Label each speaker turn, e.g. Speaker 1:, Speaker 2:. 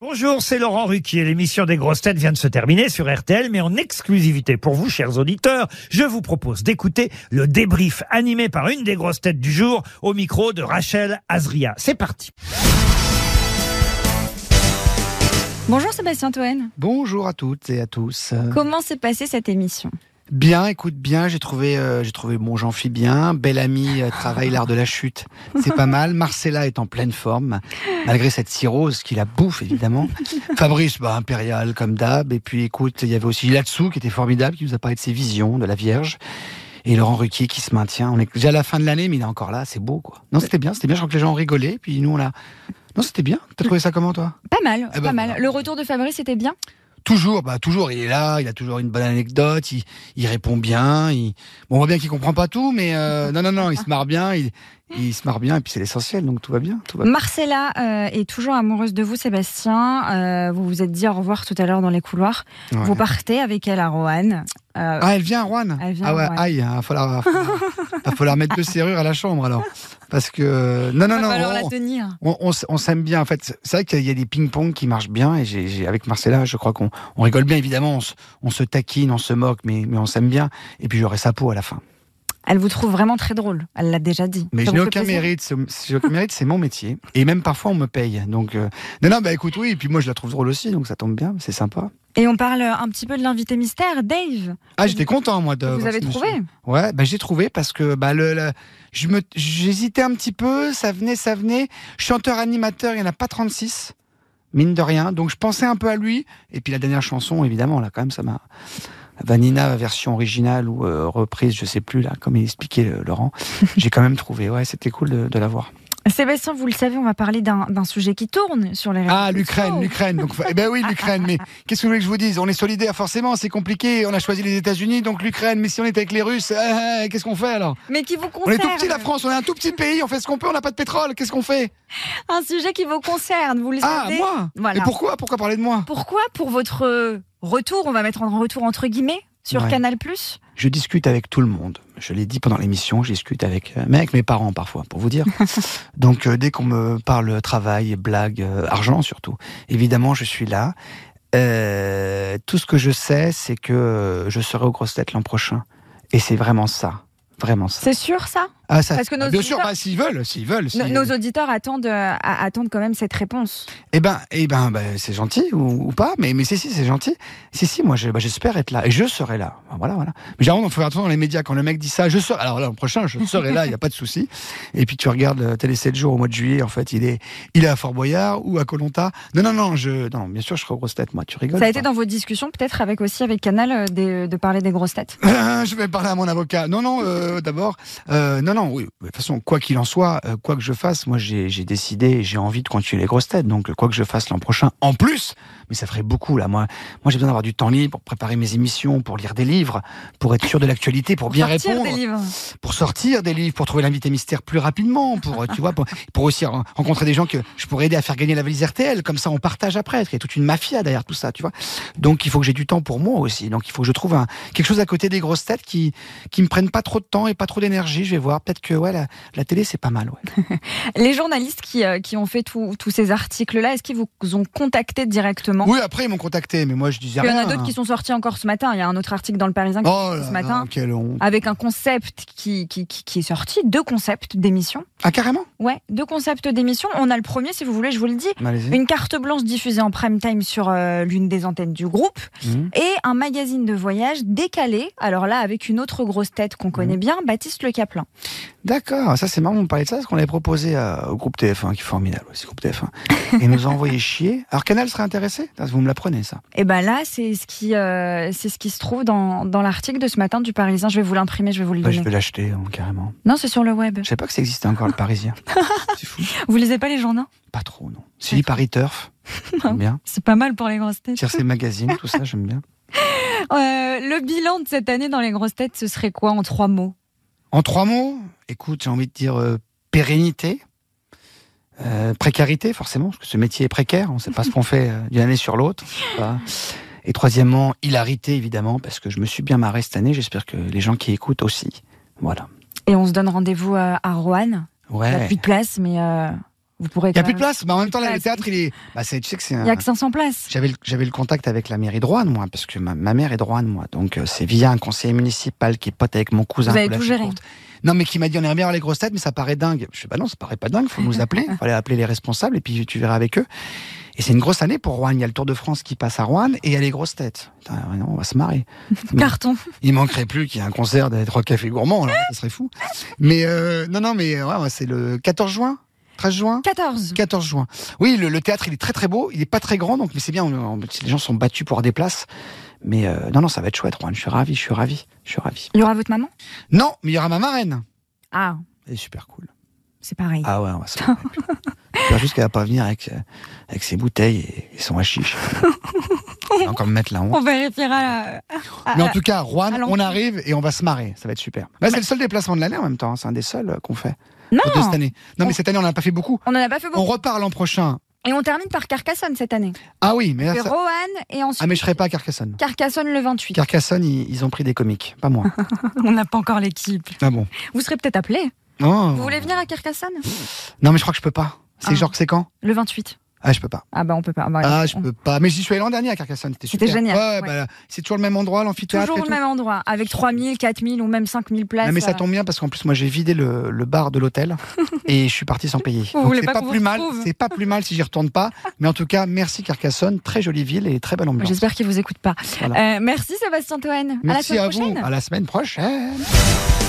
Speaker 1: Bonjour, c'est Laurent Ruquier. L'émission des grosses têtes vient de se terminer sur RTL, mais en exclusivité pour vous, chers auditeurs, je vous propose d'écouter le débrief animé par une des grosses têtes du jour au micro de Rachel Azria. C'est parti.
Speaker 2: Bonjour Sébastien Toen.
Speaker 3: Bonjour à toutes et à tous. Euh,
Speaker 2: Comment s'est passée cette émission
Speaker 3: Bien, écoute bien, j'ai trouvé, euh, j'ai trouvé mon Jean-Phi bien. Bel ami euh, travaille l'art de la chute, c'est pas mal. Marcella est en pleine forme, malgré cette cirrhose qui la bouffe évidemment. Fabrice, bah, impérial comme d'hab. Et puis écoute, il y avait aussi Latsou qui était formidable, qui nous a parlé de ses visions de la Vierge. Et Laurent Ruquier qui se maintient. On est déjà à la fin de l'année, mais il est encore là, c'est beau quoi. Non, c'était bien, c'était bien. Je crois que les gens ont rigolé, puis nous on l'a. Non, c'était bien. T'as trouvé ça comment toi
Speaker 2: Pas mal,
Speaker 3: Eh ben
Speaker 2: pas mal.
Speaker 3: voilà.
Speaker 2: Le retour de Fabrice était bien
Speaker 3: Toujours, bah toujours, il est là, il a toujours une bonne anecdote, il, il répond bien, il... bon, on voit bien qu'il comprend pas tout, mais euh, non, non, non, il se marre bien, il, il se marre bien, et puis c'est l'essentiel, donc tout va bien, tout va bien.
Speaker 2: Marcella euh, est toujours amoureuse de vous Sébastien. Euh, vous vous êtes dit au revoir tout à l'heure dans les couloirs.
Speaker 3: Ouais.
Speaker 2: Vous partez avec elle à Roanne. Euh,
Speaker 3: Ah, elle vient, Juan
Speaker 2: Elle vient,
Speaker 3: Ah ouais,
Speaker 2: Rouen.
Speaker 3: aïe, il va falloir, va falloir- va falloir mettre deux serrures à la chambre alors, parce que euh, non, non,
Speaker 2: va
Speaker 3: non,
Speaker 2: falloir la
Speaker 3: on-
Speaker 2: tenir.
Speaker 3: on, on s- on s'aime bien en fait. C'est vrai qu'il y a des ping-pong qui marchent bien et j'ai, j'ai- avec Marcella, je crois qu'on on rigole bien évidemment, on se, on se taquine, on se moque, mais, mais on s'aime bien. Et puis j'aurai sa peau à la fin.
Speaker 2: Elle vous trouve vraiment très drôle. Elle l'a déjà dit.
Speaker 3: Mais
Speaker 2: Ça
Speaker 3: je n'ai
Speaker 2: vous fait
Speaker 3: aucun
Speaker 2: plaisir
Speaker 3: mérite, c'est- j'ai aucun mérite, c'est mon métier. Et même parfois on me paye. Donc euh, non, non, bah écoute, oui. Et puis moi je la trouve drôle aussi, donc ça tombe bien, c'est sympa.
Speaker 2: Et on parle un petit peu de l'invité mystère, Dave.
Speaker 3: Ah, j'étais content moi de.
Speaker 2: vous
Speaker 3: voir
Speaker 2: avez
Speaker 3: ce monsieur.
Speaker 2: trouvé
Speaker 3: Ouais, bah j'ai trouvé parce que bah le, le- je me j'hésitais un petit peu, ça venait, ça venait. Chanteur animateur, il y en a pas 36. Mine de rien, donc je pensais un peu à lui. Et puis la dernière chanson, évidemment, là quand même, ça m'a Vanina version originale ou euh, reprise, je sais plus là, comme il expliquait euh, Laurent. J'ai quand même trouvé. Ouais, c'était cool de, de l'avoir.
Speaker 2: Sébastien, vous le savez, on va parler d'un d'un sujet qui tourne sur les réseaux
Speaker 3: Ah, l'Ukraine,
Speaker 2: sociaux.
Speaker 3: l'Ukraine. Donc, eh ben oui, l'Ukraine. Mais qu'est-ce que vous voulez que je vous dise On est solidaire, forcément. C'est compliqué. On a choisi les États-Unis, donc l'Ukraine. Mais si on est avec les Russes, euh, qu'est-ce qu'on fait alors
Speaker 2: Mais qui vous
Speaker 3: On est
Speaker 2: concerne.
Speaker 3: tout petit, la France. On est un tout petit pays. On fait ce qu'on peut. On n'a pas de pétrole. Qu'est-ce qu'on fait
Speaker 2: Un sujet qui vous concerne. Vous le
Speaker 3: Ah,
Speaker 2: savez.
Speaker 3: moi
Speaker 2: Voilà.
Speaker 3: Et pourquoi Pourquoi parler de moi
Speaker 2: Pourquoi Pour votre euh, retour, on va mettre en retour entre guillemets, sur
Speaker 3: Ouais.
Speaker 2: Canal+.
Speaker 3: Je discute avec tout le monde. Je l'ai dit pendant l'émission, je discute avec, euh, mais avec mes parents parfois, pour vous dire. Donc euh, dès qu'on me parle travail, blague, euh, argent surtout, évidemment je suis là. Euh, tout ce que je sais, c'est que euh, je serai aux grosses têtes l'an prochain. Et c'est vraiment ça. Vraiment ça.
Speaker 2: C'est sûr ça
Speaker 3: Ah, ça
Speaker 2: parce que nos
Speaker 3: bien sûr,
Speaker 2: auditeurs-
Speaker 3: bah, s'ils veulent, s'ils veulent.
Speaker 2: Nos-
Speaker 3: s'ils-
Speaker 2: Nos auditeurs attendent, euh, a- attendent quand même cette réponse.
Speaker 3: Eh ben, eh ben, ben, c'est gentil ou, ou pas, mais, mais si, si, c'est gentil. Si, si, moi, je- ben, j'espère être là et je serai là. Ben, Voilà, voilà. Mais généralement, on fait attention dans les médias quand le mec dit ça, je serai. Alors là, le prochain, je serai là, il n'y a pas de souci. Et puis tu regardes euh, Télé 7 jours au mois de juillet, en fait, il est, il est à Fort Boyard ou à Colonta. Non, non, non, je, non, bien sûr, je serai aux grosses têtes, moi. Tu rigoles
Speaker 2: Ça a été
Speaker 3: quoi.
Speaker 2: dans vos discussions peut-être avec aussi avec Canal euh, des- de parler des grosses têtes.
Speaker 3: Ah, je vais parler à mon avocat. Non, non, euh, d'abord, euh, non, non, oui. De toute façon, quoi qu'il en soit, euh, quoi que je fasse, moi, j'ai j'ai décidé et j'ai envie de continuer les grosses têtes. Donc, euh, quoi que je fasse l'an prochain, en plus, mais ça ferait beaucoup, là. Moi, moi j'ai besoin d'avoir du temps libre pour préparer mes émissions, pour lire des livres, pour être sûr de l'actualité, pour, bien
Speaker 2: Sortir
Speaker 3: répondre,
Speaker 2: des livres.
Speaker 3: pour sortir des livres, pour trouver l'invité mystère plus rapidement, pour, euh, tu vois, pour, pour aussi ren- rencontrer des gens que je pourrais aider à faire gagner la valise RTL. Comme ça, on partage après. Parce qu'il y a toute une mafia derrière tout ça, tu vois. Donc, il faut que j'ai du temps pour moi aussi. Donc, il faut que je trouve un, quelque chose à côté des grosses têtes qui qui me prennent pas trop de temps et pas trop d'énergie. Je vais voir. Peut-être que ouais, la, la télé c'est pas mal. Ouais.
Speaker 2: Les journalistes qui, euh, qui ont fait tous tous ces articles-là, est-ce qu'ils vous ont contacté directement
Speaker 3: Oui, après ils m'ont contacté, mais moi je disais
Speaker 2: Il y en
Speaker 3: rien. hein.
Speaker 2: a d'autres qui sont sortis encore ce matin. Il y a un autre article dans le Parisien qui est
Speaker 3: Oh
Speaker 2: sorti
Speaker 3: là
Speaker 2: ce matin Ah.
Speaker 3: là, quelle honte.
Speaker 2: avec un concept qui, qui, qui- qui est sorti, deux concepts d'émission.
Speaker 3: Ah carrément.
Speaker 2: Ouais, deux concepts d'émission. On a le premier, si vous voulez, je vous le dis.
Speaker 3: Bah, allez-y.
Speaker 2: Une carte blanche diffusée en prime time sur euh, l'une des antennes du groupe
Speaker 3: Mhm.
Speaker 2: et un magazine de voyage décalé, alors là avec une autre grosse tête qu'on connaît bien, Baptiste Le Caplin.
Speaker 3: D'accord, ça c'est marrant, on parlait de ça, parce qu'on l'avait proposé à- au groupe TF1, qui est formidable aussi, groupe TF1. Et ils nous ont envoyé chier. Alors Canal serait intéressé Parce que Vous me l'apprenez ça.
Speaker 2: Et ben là, c'est ce, qui, euh, c'est ce qui se trouve dans, dans l'article de ce matin du Parisien. Je vais vous l'imprimer, je vais vous le
Speaker 3: Bah, je
Speaker 2: donner.
Speaker 3: vais l'acheter, hein, carrément.
Speaker 2: Non, c'est sur le web.
Speaker 3: Je sais pas que ça existait encore le Parisien. C'est fou.
Speaker 2: Vous lisez pas les journaux
Speaker 3: Pas trop, non. Si, Paris Turf, j'aime bien.
Speaker 2: C'est pas mal pour les grosses têtes.
Speaker 3: Tiercé Magazine, tout ça, j'aime bien.
Speaker 2: Euh, le bilan de cette année dans les grosses têtes, ce serait quoi en trois mots
Speaker 3: En trois mots, écoute, j'ai envie de dire euh, pérennité, euh, précarité, forcément, parce que ce métier est précaire, on ne sait pas ce qu'on fait euh, d'une année sur l'autre. on sait pas. Et troisièmement, hilarité, évidemment, parce que je me suis bien marré cette année, j'espère que les gens qui écoutent aussi. Voilà.
Speaker 2: Et on se donne rendez-vous euh, à Roanne. Il n'y a
Speaker 3: Ouais.
Speaker 2: plus de place, mais euh, Vous pourrez.
Speaker 3: Il n'y a
Speaker 2: quand
Speaker 3: plus de
Speaker 2: même-
Speaker 3: place. Mais en même temps, là, le
Speaker 2: place.
Speaker 3: théâtre, il est. Bah, c'est- tu sais que c'est
Speaker 2: Il y a
Speaker 3: un-
Speaker 2: que 500 places.
Speaker 3: J'avais le, j'avais le contact avec la mairie de Rouen, moi, parce que ma, ma mère est de Rouen, moi. Donc, euh, c'est via un conseiller municipal qui est pote avec mon cousin.
Speaker 2: Vous avez
Speaker 3: Paul
Speaker 2: tout géré.
Speaker 3: Lachaud-Courte. Non, mais qui m'a dit on aimerait bien avoir les grosses têtes, mais ça paraît dingue. Je fais bah non, ça paraît pas dingue, faut nous appeler. Fallait appeler les responsables et puis tu verras avec eux. Et c'est une grosse année pour Rouen. Il y a le Tour de France qui passe à Rouen et il y a les grosses têtes. Putain, vraiment, on va se marrer. Non.
Speaker 2: Carton.
Speaker 3: Il manquerait plus qu'il y ait un concert des trois cafés gourmands, là, ça serait fou. Mais euh, non, non, mais ouais, ouais, c'est le 14 juin 13 juin
Speaker 2: 14.
Speaker 3: 14 juin. Oui, le, le théâtre, il est très très beau. Il est pas très grand, donc mais c'est bien. on- on- les gens sont battus pour avoir des places. Mais euh, non, non, ça va être chouette, Juan. Je suis ravi, je suis ravi, je suis ravi.
Speaker 2: Il y aura votre maman
Speaker 3: Non, mais il y aura ma marraine.
Speaker 2: Ah,
Speaker 3: Elle est super cool.
Speaker 2: c'est pareil.
Speaker 3: Ah ouais, on va se marrer, putain. J'espère juste qu'elle va pas venir avec, euh, avec ses bouteilles et, et son hashish. Elle va encore me mettre la honte.
Speaker 2: On vérifiera. la- Ah,
Speaker 3: Mais en
Speaker 2: ah,
Speaker 3: tout cas, Juan,
Speaker 2: allons.
Speaker 3: on arrive et on va se marrer. Ça va être super. Bah, c'est le seul déplacement de l'année en même temps. hein. C'est un des seuls euh, qu'on fait pour de cette
Speaker 2: non,
Speaker 3: année. Non, Oh.
Speaker 2: On-
Speaker 3: mais cette année, on n'a pas fait beaucoup.
Speaker 2: on n'en a pas fait
Speaker 3: On
Speaker 2: beaucoup.
Speaker 3: repart l'an prochain.
Speaker 2: Et on termine par Carcassonne cette année.
Speaker 3: Ah oui, mais là,
Speaker 2: Puis
Speaker 3: ça-
Speaker 2: Roanne et ensuite
Speaker 3: Ah, mais je serai pas à Carcassonne.
Speaker 2: Carcassonne le 28.
Speaker 3: Carcassonne, ils, ils ont pris des comiques, pas moi.
Speaker 2: On n'a pas encore l'équipe.
Speaker 3: Ah bon
Speaker 2: Vous serez peut-être appelé.
Speaker 3: Non.
Speaker 2: Vous voulez venir à Carcassonne
Speaker 3: Non, mais je crois que je peux pas. C'est
Speaker 2: Ah.
Speaker 3: genre que c'est quand
Speaker 2: Le 28.
Speaker 3: Ah, je peux pas.
Speaker 2: Ah bah on peut pas. Bah,
Speaker 3: Ah, je
Speaker 2: on-
Speaker 3: peux pas. Mais j'y suis allé l'an dernier à Carcassonne, c'était
Speaker 2: C'était
Speaker 3: super.
Speaker 2: génial,
Speaker 3: Ouais,
Speaker 2: ouais.
Speaker 3: bah, c'est toujours le même endroit, l'amphithéâtre.
Speaker 2: Toujours
Speaker 3: et
Speaker 2: au
Speaker 3: tout.
Speaker 2: même endroit, avec 3000, 4000 ou même 5000 places.
Speaker 3: Non, mais
Speaker 2: euh,
Speaker 3: ça tombe bien parce qu'en plus, moi, j'ai vidé le, le bar de l'hôtel et je suis parti sans payer.
Speaker 2: Vous voulez
Speaker 3: c'est
Speaker 2: pas
Speaker 3: pas
Speaker 2: qu'on
Speaker 3: plus
Speaker 2: vous
Speaker 3: mal.
Speaker 2: retrouve
Speaker 3: C'est pas plus mal si j'y retourne pas. Mais en tout cas, merci Carcassonne, très jolie ville et très belle ambiance.
Speaker 2: J'espère qu'ils vous écoutent pas.
Speaker 3: Voilà.
Speaker 2: Euh, merci Sébastien Toen. Euh, à la
Speaker 3: Merci
Speaker 2: semaine
Speaker 3: à, vous.
Speaker 2: prochaine.
Speaker 3: À la semaine prochaine.